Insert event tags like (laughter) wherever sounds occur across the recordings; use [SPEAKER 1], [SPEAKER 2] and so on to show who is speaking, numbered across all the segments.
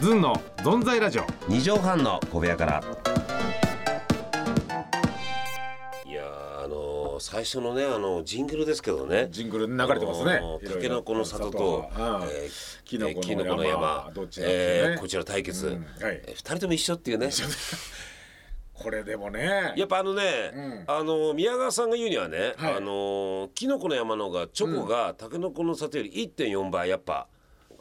[SPEAKER 1] ずんのぞんざいラジオ
[SPEAKER 2] 二畳半の小部屋から。いやーあのー最初のねあのジングルですけどね。
[SPEAKER 1] ジングル流れてますね
[SPEAKER 2] あのータケノコの里と
[SPEAKER 1] いろいろうん
[SPEAKER 2] えー
[SPEAKER 1] キノコの山
[SPEAKER 2] えーキノコの山
[SPEAKER 1] どっちだっけね
[SPEAKER 2] えーこちら対決。
[SPEAKER 1] うんはい
[SPEAKER 2] えー二人とも一緒っていうね。
[SPEAKER 1] これでもね
[SPEAKER 2] やっぱあのね、
[SPEAKER 1] うん
[SPEAKER 2] あの宮川さんが言うにはね、
[SPEAKER 1] はい
[SPEAKER 2] あのキノコの山の方がチョコがタケノコの里より1.4倍やっぱ。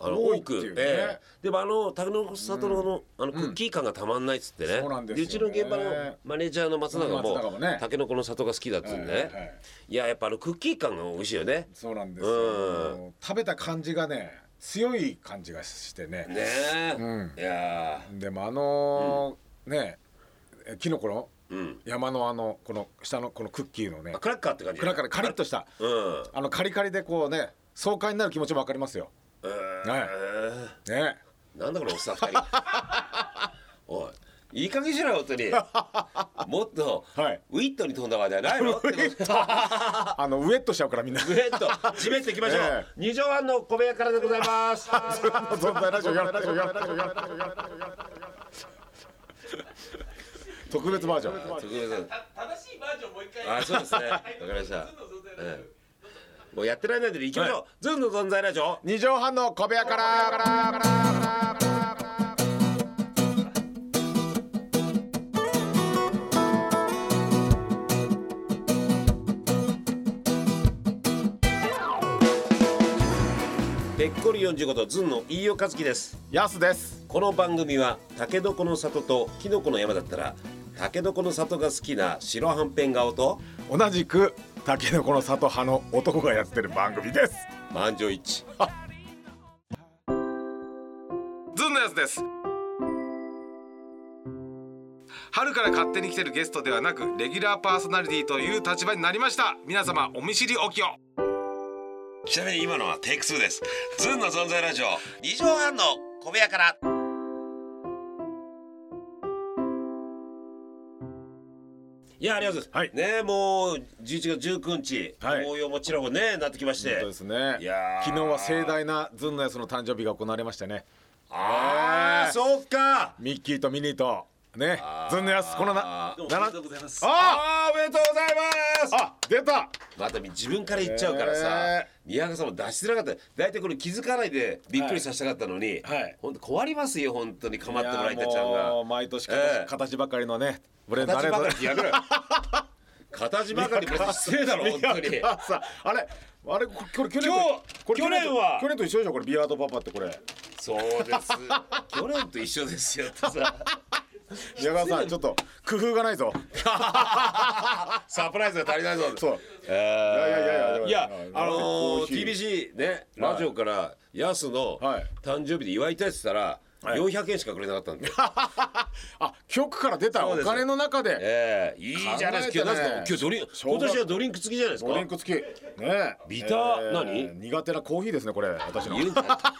[SPEAKER 2] あの
[SPEAKER 1] 多い
[SPEAKER 2] 多
[SPEAKER 1] っていう
[SPEAKER 2] く、
[SPEAKER 1] ね
[SPEAKER 2] ええでもあのタケノコの里の,、あのクッキー感がたまんないっつってね、
[SPEAKER 1] そうなんですよね
[SPEAKER 2] うちの現場のマネージャーの松永
[SPEAKER 1] 松永も
[SPEAKER 2] も
[SPEAKER 1] ね
[SPEAKER 2] タケノコの里が好きだっつうんでね、
[SPEAKER 1] はい
[SPEAKER 2] い
[SPEAKER 1] はい
[SPEAKER 2] ややっぱあのクッキー感が美味しいよね
[SPEAKER 1] そうなんですよ食べた感じがね強い感じがしてね
[SPEAKER 2] ねえ、
[SPEAKER 1] う
[SPEAKER 2] いや
[SPEAKER 1] でもあのーねえキノコの
[SPEAKER 2] ーうん
[SPEAKER 1] 山のあのこの下のこのクッキーのね
[SPEAKER 2] あクラッカーって感じ
[SPEAKER 1] クラッカーでカリッとした
[SPEAKER 2] うん
[SPEAKER 1] あのカリカリでこうね爽快になる気持ちもわかりますよ
[SPEAKER 2] えー
[SPEAKER 1] はい
[SPEAKER 2] えー
[SPEAKER 1] ね
[SPEAKER 2] なんだこのおっさん二人 (laughs) おいいい加減にしろよ本当に (laughs) もっと、
[SPEAKER 1] はい
[SPEAKER 2] ウィットに飛んだ場合じゃない (laughs) のってこと
[SPEAKER 1] あのウェットしちゃうからみんな
[SPEAKER 2] ぐれっと地面していきましょう、
[SPEAKER 1] ええ
[SPEAKER 2] 二畳半の小部屋からでござい (laughs) ます
[SPEAKER 1] 存在ラジオやらラジオやらラジオやらラジオやら特別バージョン
[SPEAKER 2] 特別
[SPEAKER 3] た正しいバージョンもう一回
[SPEAKER 2] あそうですねわかり (laughs) ましたええもうやってられないので行きましょう、ズンの存在ラジオ
[SPEAKER 1] 二畳半の小部屋から
[SPEAKER 2] ぺっこり45とズンの飯尾和樹です
[SPEAKER 1] ヤスです
[SPEAKER 2] この番組はタケノコの里とキノコの山だったらタケノコの里が好きな白はんぺん顔と
[SPEAKER 1] 同じくタケノコの里派の男がやってる番組です
[SPEAKER 2] 満場一致
[SPEAKER 1] ズンのやつです春から勝手に来てるゲストではなくレギュラーパーソナリティという立場になりました皆様お見知りおきを
[SPEAKER 2] ちなみに今のはテイク2です。ズンの存在ラジオ二畳半の小部屋から。いやありがとうございます。
[SPEAKER 1] は
[SPEAKER 2] ねもう11月19日、
[SPEAKER 1] はい
[SPEAKER 2] 紅葉もちらほらねなってきまし
[SPEAKER 1] そう
[SPEAKER 2] て
[SPEAKER 1] で。すね
[SPEAKER 2] いやー
[SPEAKER 1] 昨日は盛大なズンのやつの誕生日が行われましたね
[SPEAKER 2] ああそうか。
[SPEAKER 1] ミッキーとミニーとね
[SPEAKER 2] あー
[SPEAKER 1] ずんのやすこのな
[SPEAKER 3] どうもあ
[SPEAKER 1] なな
[SPEAKER 3] りがとうございます
[SPEAKER 1] あ
[SPEAKER 2] あーおめでとうございます。
[SPEAKER 1] あ出た
[SPEAKER 2] また自分から言っちゃうからさ
[SPEAKER 1] ね、
[SPEAKER 2] 宮川さんも出しづらかった。大体これ気づかないでびっくりさせたかったのに、
[SPEAKER 1] はいはい
[SPEAKER 2] 本当困りますよ本当に構ってもらいたちゃん
[SPEAKER 1] いや
[SPEAKER 2] が
[SPEAKER 1] ーもう。毎年形,、
[SPEAKER 2] ええ
[SPEAKER 1] 形ばかりのねブレンド
[SPEAKER 2] 形ばかりって
[SPEAKER 1] り
[SPEAKER 2] やめろよ形ばかりこれ失礼だろ本当に
[SPEAKER 1] あさあれあれここれ去年
[SPEAKER 2] 今日
[SPEAKER 1] これ
[SPEAKER 2] 去年
[SPEAKER 1] と
[SPEAKER 2] は
[SPEAKER 1] 去年と一緒でしょこれビアードパパってこれ
[SPEAKER 2] そうです去年と一緒ですよってさ
[SPEAKER 1] 宮川さんちょっと工夫がないぞ
[SPEAKER 2] サプライズが足りないぞ
[SPEAKER 1] そう
[SPEAKER 2] い
[SPEAKER 1] い
[SPEAKER 2] や
[SPEAKER 1] やいやいや
[SPEAKER 2] いやあ
[SPEAKER 1] コー
[SPEAKER 2] のー
[SPEAKER 1] ヒー
[SPEAKER 2] TBC ねラジオからヤスの
[SPEAKER 1] はい
[SPEAKER 2] 誕生日で祝いたいって言ったら
[SPEAKER 1] い
[SPEAKER 2] 400円しかくれなかったん
[SPEAKER 1] (laughs)
[SPEAKER 2] で
[SPEAKER 1] あ局から出た
[SPEAKER 2] そう
[SPEAKER 1] お
[SPEAKER 2] です
[SPEAKER 1] 金の中で
[SPEAKER 2] ええいいじゃないですか
[SPEAKER 1] 考え
[SPEAKER 2] 今
[SPEAKER 1] た
[SPEAKER 2] 日
[SPEAKER 1] ね
[SPEAKER 2] なんですか今日ドリンク
[SPEAKER 1] 正
[SPEAKER 2] 今
[SPEAKER 1] 月
[SPEAKER 2] 年はドリンク付きじゃないです
[SPEAKER 1] ドリン
[SPEAKER 2] か
[SPEAKER 1] ク付きねえ
[SPEAKER 2] ビター何
[SPEAKER 1] 苦手なコーヒーですねこれ私の
[SPEAKER 2] 言うんだ (laughs)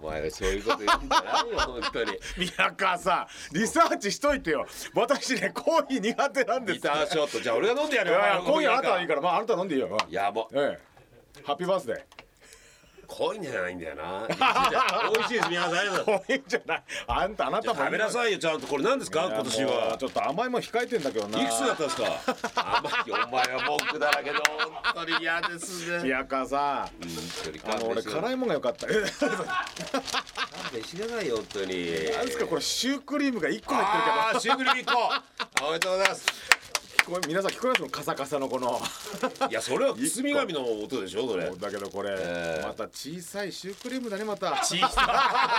[SPEAKER 2] お前らそういうこと言うんじゃないよ本当に
[SPEAKER 1] 宮川さんリサーチしといてよ私ねコーヒー苦手なんです
[SPEAKER 2] ギターショットじゃあ俺が飲んでや
[SPEAKER 1] い
[SPEAKER 2] るよ
[SPEAKER 1] やいやコーヒーあなたはいい
[SPEAKER 2] か
[SPEAKER 1] からまああなた飲んでいいよ、まあ
[SPEAKER 2] いやもう
[SPEAKER 1] ええハッピーバースデ
[SPEAKER 2] 濃いんじゃないんだよな (laughs) 美味しいです皆さんありがと
[SPEAKER 1] ー
[SPEAKER 2] うございます
[SPEAKER 1] コーヒーじゃないあんたあなたも
[SPEAKER 2] 食べなさいよちゃんとこれ何ですか
[SPEAKER 1] いや
[SPEAKER 2] 今年
[SPEAKER 1] もう
[SPEAKER 2] は
[SPEAKER 1] ちょっと甘いもん控えてんだけどない
[SPEAKER 2] くつだったんですか甘いお前は文句だらけど本当に嫌ですね
[SPEAKER 1] 宮川さんあの俺辛
[SPEAKER 2] い
[SPEAKER 1] いもんが良かったえ
[SPEAKER 2] 勘弁しなさいよ本当に
[SPEAKER 1] 何ですかこれシュークリームが一個入ってる
[SPEAKER 2] あーシュークリーム一個おめでとうございます
[SPEAKER 1] けど聞こえ皆さん聞こえますこのカサカサのこ
[SPEAKER 2] (laughs)
[SPEAKER 1] の
[SPEAKER 2] いやそれは包み紙の音でしょそれ
[SPEAKER 1] だけどこれ、
[SPEAKER 2] ええ
[SPEAKER 1] また小さいシュークリームだねまた
[SPEAKER 2] 小さい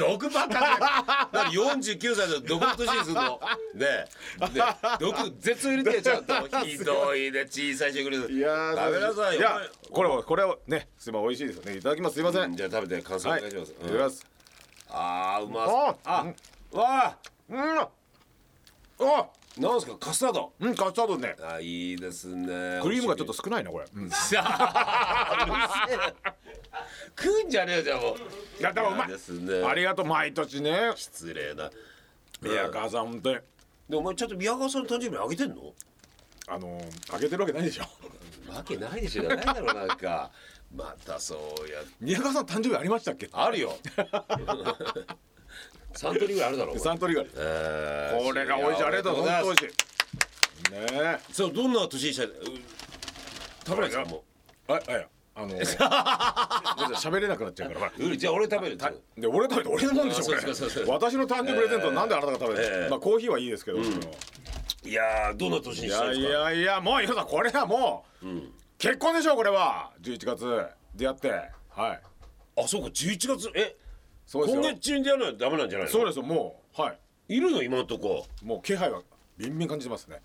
[SPEAKER 2] 毒ばっかりだ四十九歳で毒の年にするのねえねえ毒絶入れてよちゃんとひどいね小さいシュークリーム
[SPEAKER 1] いやー
[SPEAKER 2] 食べなさいよ
[SPEAKER 1] やこれはこれはねすいません美味しいですよねいただきますすいません、
[SPEAKER 2] うんじゃあ食べて感想お
[SPEAKER 1] はい
[SPEAKER 2] 願いします、
[SPEAKER 1] いた
[SPEAKER 2] う
[SPEAKER 1] だ
[SPEAKER 2] ん
[SPEAKER 1] きます
[SPEAKER 2] あーうまそう
[SPEAKER 1] あ
[SPEAKER 2] あ
[SPEAKER 1] うん
[SPEAKER 2] わあ
[SPEAKER 1] うんあ
[SPEAKER 2] なんすかカスタード
[SPEAKER 1] うんカスタードね
[SPEAKER 2] あいいですね
[SPEAKER 1] クリームがちょっと少ないなこれ、い
[SPEAKER 2] さあうるせえ食うんじゃねえよじゃあもう
[SPEAKER 1] やでもうま
[SPEAKER 2] い
[SPEAKER 1] い
[SPEAKER 2] やですね
[SPEAKER 1] ありがとう毎年ね
[SPEAKER 2] 失礼な
[SPEAKER 1] 宮川さん本当に
[SPEAKER 2] でお前ちゃんと宮川さんの誕生日にあげてんの
[SPEAKER 1] あのー、あげてるわけないでしょ (laughs)
[SPEAKER 2] わけないでしょじゃないだろうなんかまたそうや
[SPEAKER 1] 宮川さん誕生日ありましたっけ
[SPEAKER 2] あ
[SPEAKER 1] (laughs)
[SPEAKER 2] るよサントリーぐらいあるだろう
[SPEAKER 1] サントリー割り
[SPEAKER 2] えー
[SPEAKER 1] これが美味しいありがとう本当美味しいねえ
[SPEAKER 2] そうどんな年にしたい食べないですかも
[SPEAKER 1] ああいや
[SPEAKER 2] (laughs)
[SPEAKER 1] あのごめんなさい喋れなくなっちゃうからほら
[SPEAKER 2] ううんじゃあ俺食べる
[SPEAKER 1] で俺食べて俺のもんでしょ
[SPEAKER 2] あ
[SPEAKER 1] これ
[SPEAKER 2] そうですかそうですか
[SPEAKER 1] 私の誕生日プレゼントなんであなたが食べてるんです
[SPEAKER 2] え
[SPEAKER 1] か
[SPEAKER 2] え
[SPEAKER 1] まあコーヒーはいいですけど、
[SPEAKER 2] いやーどんな年に
[SPEAKER 1] い
[SPEAKER 2] した
[SPEAKER 1] や
[SPEAKER 2] いです
[SPEAKER 1] い
[SPEAKER 2] か
[SPEAKER 1] やいやもういいさこれはもう、結婚でしょこれは11月出会ってはい
[SPEAKER 2] あそうか11月え
[SPEAKER 1] そうです
[SPEAKER 2] 今
[SPEAKER 1] よ
[SPEAKER 2] 月中にやらないとダメなんじゃないの
[SPEAKER 1] そうですよもうはい
[SPEAKER 2] いるの今のとこ
[SPEAKER 1] もう気配はビンビン感じてますね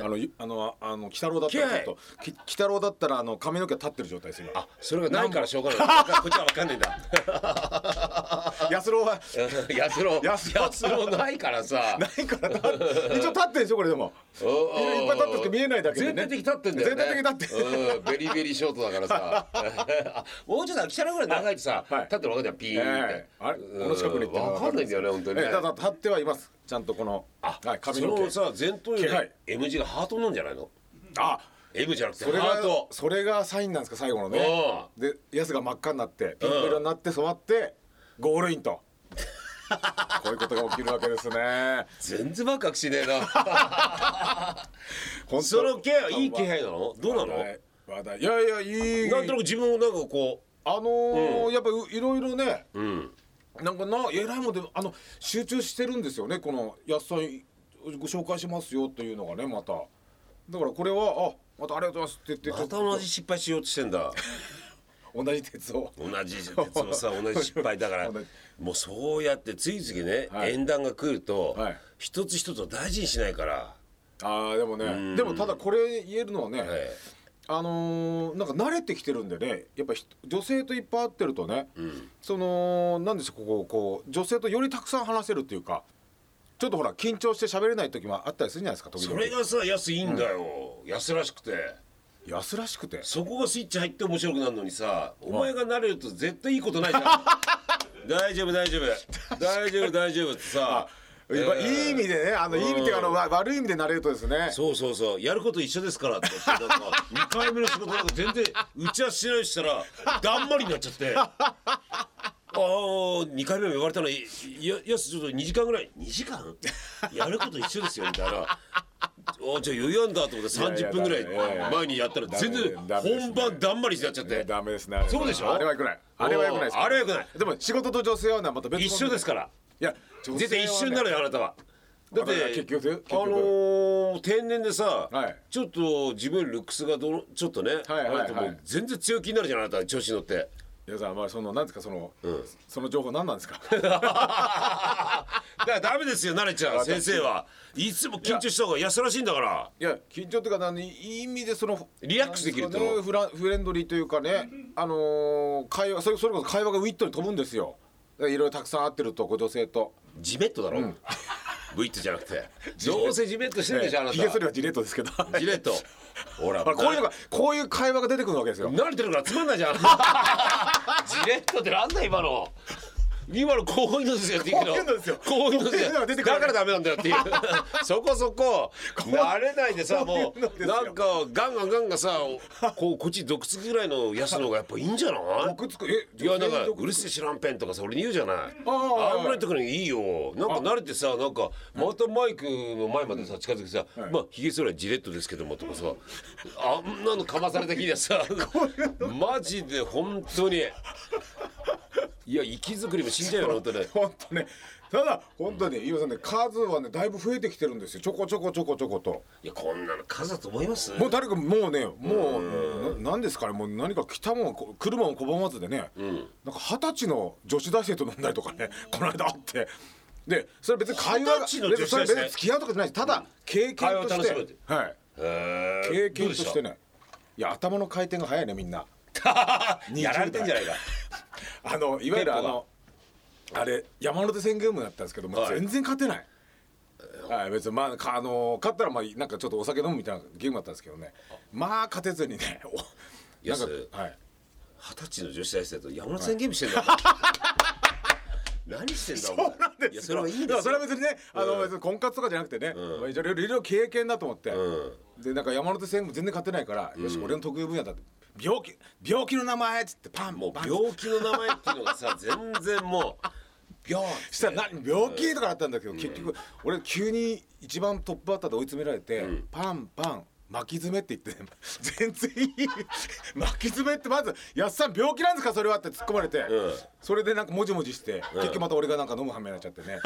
[SPEAKER 1] あのゆあのああの鬼太郎だったらちょっとき鬼太郎だったらあの髪の毛立ってる状態です今
[SPEAKER 2] あそれがないから
[SPEAKER 1] (laughs)
[SPEAKER 2] しょうがないこっちは分かんねえんだ
[SPEAKER 1] 安郎は (laughs)
[SPEAKER 2] 安郎
[SPEAKER 1] 安郎
[SPEAKER 2] 安郎ないから
[SPEAKER 1] (laughs)
[SPEAKER 2] さ
[SPEAKER 1] ないからな
[SPEAKER 2] (laughs)
[SPEAKER 1] 一応立ってるでしょこれでも
[SPEAKER 2] おーおー
[SPEAKER 1] いっぱい立ってるけど見えないだけでね
[SPEAKER 2] 全体的に立ってんだよね
[SPEAKER 1] 全体的に立
[SPEAKER 2] ってベリベリショートだか
[SPEAKER 1] (laughs)
[SPEAKER 2] らさあもうちょっと記者のぐらい長いとさ、
[SPEAKER 1] はい
[SPEAKER 2] 立ってるわけじゃんピーンって、
[SPEAKER 1] ええあれこの近くに行って
[SPEAKER 2] 分かんないんだよね本当にね、
[SPEAKER 1] ええただ立ってはいますちゃんとこのはい、髪の毛
[SPEAKER 2] そのさ前頭葉
[SPEAKER 1] 気配
[SPEAKER 2] M 字がハートなんじゃないの
[SPEAKER 1] あ
[SPEAKER 2] M じゃなくて
[SPEAKER 1] それ
[SPEAKER 2] ハー
[SPEAKER 1] が
[SPEAKER 2] ト
[SPEAKER 1] それがサインなんですか最後のね
[SPEAKER 2] う
[SPEAKER 1] でヤスが真っ赤になってピンク色になって染まってゴールイン
[SPEAKER 2] (laughs)
[SPEAKER 1] とこういうことが起きるわけですね
[SPEAKER 2] 全然ワクワクしねえな
[SPEAKER 1] (laughs) 本当
[SPEAKER 2] その気配いい気配なのどうなの、
[SPEAKER 1] はい話題いやいやいい
[SPEAKER 2] なんとなく自分をなんかこ
[SPEAKER 1] あのーやっぱいろいろね
[SPEAKER 2] ううん
[SPEAKER 1] なんかな偉いもんであの集中してるんですよねこの野菜ご紹介しますよというのがねまただからこれはあまたありがとうございますって言っ
[SPEAKER 2] ま
[SPEAKER 1] て
[SPEAKER 2] た同じ失敗しようとしてんだ
[SPEAKER 1] 同じ鉄を
[SPEAKER 2] 同じ鉄を
[SPEAKER 1] (laughs)
[SPEAKER 2] さ同じ失敗だから
[SPEAKER 1] 同じ
[SPEAKER 2] もうそうやってついついね、
[SPEAKER 1] はい
[SPEAKER 2] 縁談が来ると、
[SPEAKER 1] はい
[SPEAKER 2] 一つ一つを大事にしないから、
[SPEAKER 1] ああでもねでもただこれ言えるのはね、
[SPEAKER 2] え
[SPEAKER 1] あのーなんか慣れてきてるんでねやっぱひ女性といっぱい会ってるとね、そのなんでしょうこうこう女性とよりたくさん話せるっていうかちょっとほら緊張して喋れない時もあったりするじゃないですか時
[SPEAKER 2] え
[SPEAKER 1] 々
[SPEAKER 2] それがさ安いんだよ、安らしくて
[SPEAKER 1] 安らしくて
[SPEAKER 2] そこがスイッチ入って面白くなるのにさお前が慣れると絶対いいことないじ
[SPEAKER 1] (laughs)
[SPEAKER 2] ゃん大丈夫大丈夫大丈夫大丈夫ってさ
[SPEAKER 1] いい意味でねあのいい意味っていうかあのわ悪い意味で慣れるとですね
[SPEAKER 2] そうそうそうやること一緒ですからって言ってなんか2回目の仕事なんか全然打ち合わせしないしたらだんまりになっちゃってああ2回目も言われたのにいややすちょっと2時間ぐらい2時間やること一緒ですよみたいな。おじゃあ余裕あんだと思って30分ぐら
[SPEAKER 1] いやいやダメだ
[SPEAKER 2] い
[SPEAKER 1] よ
[SPEAKER 2] 前にやったら全然
[SPEAKER 1] ダメですね
[SPEAKER 2] 本番だんまりになっちゃって
[SPEAKER 1] ダメですねあれは
[SPEAKER 2] そうでしょ
[SPEAKER 1] あれはよくないあれはよくないです
[SPEAKER 2] あれは良くない
[SPEAKER 1] でも仕事と女性はねまた別
[SPEAKER 2] 一緒ですからら
[SPEAKER 1] いや女性
[SPEAKER 2] 絶
[SPEAKER 1] はね
[SPEAKER 2] 対一緒になるよあなたは。だって
[SPEAKER 1] あだから結局結
[SPEAKER 2] あ
[SPEAKER 1] 局
[SPEAKER 2] のー定年でさ、
[SPEAKER 1] はい
[SPEAKER 2] ちょっと自分よりルックスがどのちょっとね、
[SPEAKER 1] はいはいはい
[SPEAKER 2] あれだともう全然強気になるじゃんあなた調子に乗って。
[SPEAKER 1] (laughs) 皆さんまあそのなんですかその、その情報何なんです
[SPEAKER 2] (laughs)
[SPEAKER 1] か
[SPEAKER 2] だからダメですよ慣れちゃう先生はいつも緊張した方が安らしいんだから
[SPEAKER 1] いや緊張というかなんいい意味でその
[SPEAKER 2] リラックスできるってこと
[SPEAKER 1] なんすかねフラフレンドリーというかねあのー会話それそれこそ会話がウィットに飛ぶんですよいろいろたくさん会ってるとこう女性と
[SPEAKER 2] ジメットだろ、ブイットじゃなく
[SPEAKER 1] (laughs)
[SPEAKER 2] てどうせジメットしてるでしょあなた
[SPEAKER 1] ひげ剃りはジレットですけ
[SPEAKER 2] (laughs)
[SPEAKER 1] ど
[SPEAKER 2] ジレットほら
[SPEAKER 1] (laughs) こういうのがこういう会話が出てくるわけですよ
[SPEAKER 2] 慣れてるからつまんないじゃん (laughs) ジレットってなんだ今の今のこういうのですよって言うけど
[SPEAKER 1] こういうのですよ
[SPEAKER 2] こういうの
[SPEAKER 1] こ
[SPEAKER 2] です
[SPEAKER 1] ういうの
[SPEAKER 2] よ
[SPEAKER 1] が出てくる
[SPEAKER 2] だからダメなんだよっ
[SPEAKER 1] (laughs)
[SPEAKER 2] ていうそこそこ慣れないでさも
[SPEAKER 1] こういうのです
[SPEAKER 2] う
[SPEAKER 1] よ
[SPEAKER 2] なんかガンガンガンガンさこうこっち毒つくぐらいのやつの方がやっぱいいんじゃない
[SPEAKER 1] 毒つくえ
[SPEAKER 2] いやなんか
[SPEAKER 1] 女性に
[SPEAKER 2] うるせえ知らんぺんとかさ俺に言うじゃない
[SPEAKER 1] あ
[SPEAKER 2] あんまりところにいいよなんか慣れてさなんかまたマイクの前までさ近づいてさ「まあひげそりはジレットですけども」とかさあんなのかまされた日でさマジで本当にいや息づくりも死んじゃうよ本当に
[SPEAKER 1] 本当ねただ本当に岩さんね数はねだいぶ増えてきてるんですよちょこちょこちょこちょこと
[SPEAKER 2] いやこんなの数だと思います
[SPEAKER 1] もう誰かもうねもう何ですかねもう何か来たもんこ来るもん拒まずでね、なんか二十歳の女子大生と飲んだりとかねこの間あってでそれ別に会話が
[SPEAKER 2] 二十歳の女子大生
[SPEAKER 1] それ別に付き合うとかじゃないですただ経験
[SPEAKER 2] 会話を
[SPEAKER 1] と
[SPEAKER 2] 楽
[SPEAKER 1] し
[SPEAKER 2] しむってて
[SPEAKER 1] はい
[SPEAKER 2] へー
[SPEAKER 1] 経験として
[SPEAKER 2] ど
[SPEAKER 1] ねいや頭の回転が早いねみんな
[SPEAKER 2] うでしたやられてんじゃないか
[SPEAKER 1] あのいわゆるあ
[SPEAKER 2] テンポ
[SPEAKER 1] のあれ山手線ゲームだったんですけども、
[SPEAKER 2] はい
[SPEAKER 1] 全然勝てない。はい、別にまあかあの勝ったらまあなんかちょっとお酒飲むみたいなゲームだったんですけどねまあ勝てずにね (laughs) お
[SPEAKER 2] や
[SPEAKER 1] なん
[SPEAKER 2] それ
[SPEAKER 1] かはい (laughs)
[SPEAKER 2] 二十歳の女子大生と山手線ゲームしてんだ (laughs) 何してんだお前
[SPEAKER 1] そうなんですよ
[SPEAKER 2] いやそれはいい
[SPEAKER 1] だ
[SPEAKER 2] んで
[SPEAKER 1] から
[SPEAKER 2] す
[SPEAKER 1] そ
[SPEAKER 2] よ
[SPEAKER 1] れは別にね、あの別に婚活とかじゃなくてね、まあいろいろいろいろ経験だと思って、でなんか山手線も全然勝てないから、よし俺の得意分野だって病気病気の名前っつってパン
[SPEAKER 2] もう
[SPEAKER 1] パン
[SPEAKER 2] 病気の名前っていうのがさ全然もう病気
[SPEAKER 1] したら何病気とかあったんだけど、結局俺急に一番トップバッターで追い詰められて、パンパン巻き爪って言って、ね、 (laughs) 全然いい (laughs) 巻き爪ってまず「やっさん病気なんですかそれは」って突っ込まれて、
[SPEAKER 2] うん
[SPEAKER 1] それでなんかもじもじして、結局また俺がなんか飲むはめになっちゃって
[SPEAKER 2] (laughs)
[SPEAKER 1] ね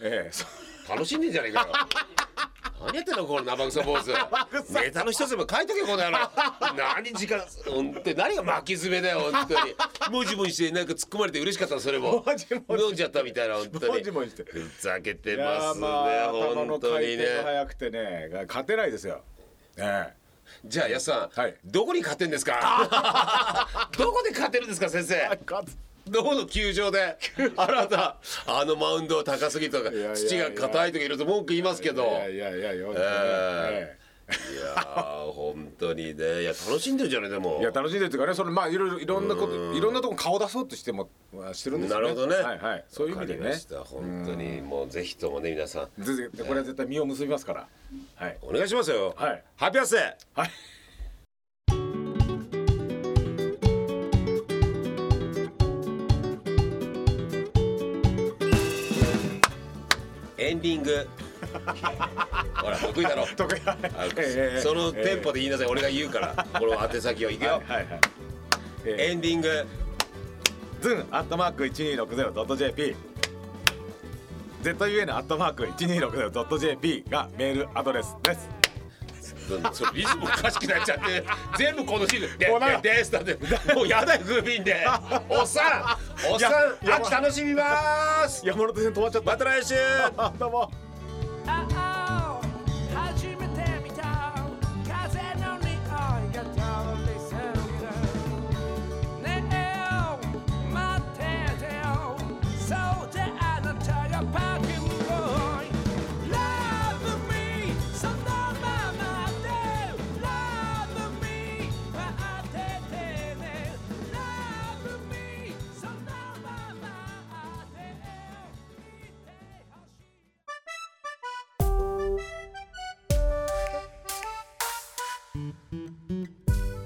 [SPEAKER 1] ええそ
[SPEAKER 2] 楽しんでんじゃねえかよ何やってんのこの生臭坊主
[SPEAKER 1] 臭
[SPEAKER 2] ネタの一つでも書いとけこの野郎何時間本当に何が巻き爪だよ本当にもじもじしてなんか突っ込まれて嬉しかったのそれも
[SPEAKER 1] もじもじ
[SPEAKER 2] 飲んじゃったみたいな本当に
[SPEAKER 1] もじもじして
[SPEAKER 2] ふざけて
[SPEAKER 1] いや
[SPEAKER 2] ま
[SPEAKER 1] ー
[SPEAKER 2] すね、
[SPEAKER 1] まあ頭の
[SPEAKER 2] 本当
[SPEAKER 1] 回
[SPEAKER 2] にね
[SPEAKER 1] 転が速くてね勝てないですよえ
[SPEAKER 2] じゃあ安さん、
[SPEAKER 1] はい
[SPEAKER 2] どこに勝てんです
[SPEAKER 1] (laughs)
[SPEAKER 2] かどこで勝てるんですか先生
[SPEAKER 1] え勝つ
[SPEAKER 2] どこの球場
[SPEAKER 1] (laughs)
[SPEAKER 2] であなたあのマウンド高すぎとか
[SPEAKER 1] やいや
[SPEAKER 2] 土が硬いとかいろいろと文句言いますけど
[SPEAKER 1] いやいやいやいや、
[SPEAKER 2] えいやー本当にねいや楽しんでるじゃないでも
[SPEAKER 1] いや楽しいですからねそれまあいろいろいろんなこといろんなとこ顔出そうとしてもまあしてるんです
[SPEAKER 2] な
[SPEAKER 1] よ
[SPEAKER 2] るほどね、
[SPEAKER 1] はいはいそういう意味で
[SPEAKER 2] わかり
[SPEAKER 1] ね
[SPEAKER 2] ました本当にもうぜひともね皆さん
[SPEAKER 1] ぜぜこれは絶対身を結びますからはい
[SPEAKER 2] お願いしますよ、
[SPEAKER 1] はい
[SPEAKER 2] ハッピーアッセー
[SPEAKER 1] はい
[SPEAKER 2] エンディン
[SPEAKER 1] (laughs)
[SPEAKER 2] グほら得意だろ
[SPEAKER 1] とか
[SPEAKER 2] あ
[SPEAKER 1] ええ
[SPEAKER 2] そのテンポで言いなさい、俺が言うからこの宛先をいくよ、
[SPEAKER 1] ええはいはい
[SPEAKER 2] エンディング
[SPEAKER 1] ズンアットマーク一二六ゼロドット jp ZUN アットマーク一二六ゼロドット JP がメールアドレスです。
[SPEAKER 2] それリズムおかしくなっちゃって全部このシーンで
[SPEAKER 1] もうなんか
[SPEAKER 2] ででスタでもうやだよグービンで
[SPEAKER 1] (laughs)
[SPEAKER 2] おっさんおっさ
[SPEAKER 1] い
[SPEAKER 2] ん
[SPEAKER 1] や
[SPEAKER 2] 秋楽しみます
[SPEAKER 1] 山手線止まっちゃっ
[SPEAKER 2] また来週
[SPEAKER 1] た。どうも。
[SPEAKER 3] ああ初めて見た風の匂いが通り過ぎるねえ待っててよそうであなたがパーキングボーイ Love me そのままで Love me 待っててね Love me そのままでいてほしい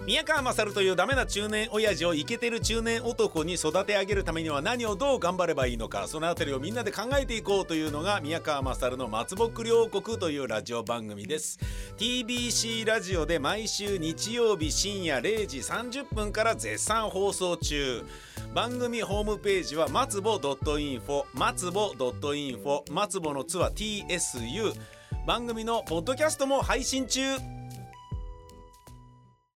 [SPEAKER 4] 宮川勝というダメな中年親父をイケてる中年男に育て上げるためには何をどう頑張ればいいのかそのあたりをみんなで考えていこうというのが宮川勝の「松ぼっくり王国」というラジオ番組です TBC ラジオで毎週日曜日深夜0時30分から絶賛放送中番組ホームページは松ぼ .info 松ぼ .info 松ぼのツは TSU 番組のポッドキャストも配信中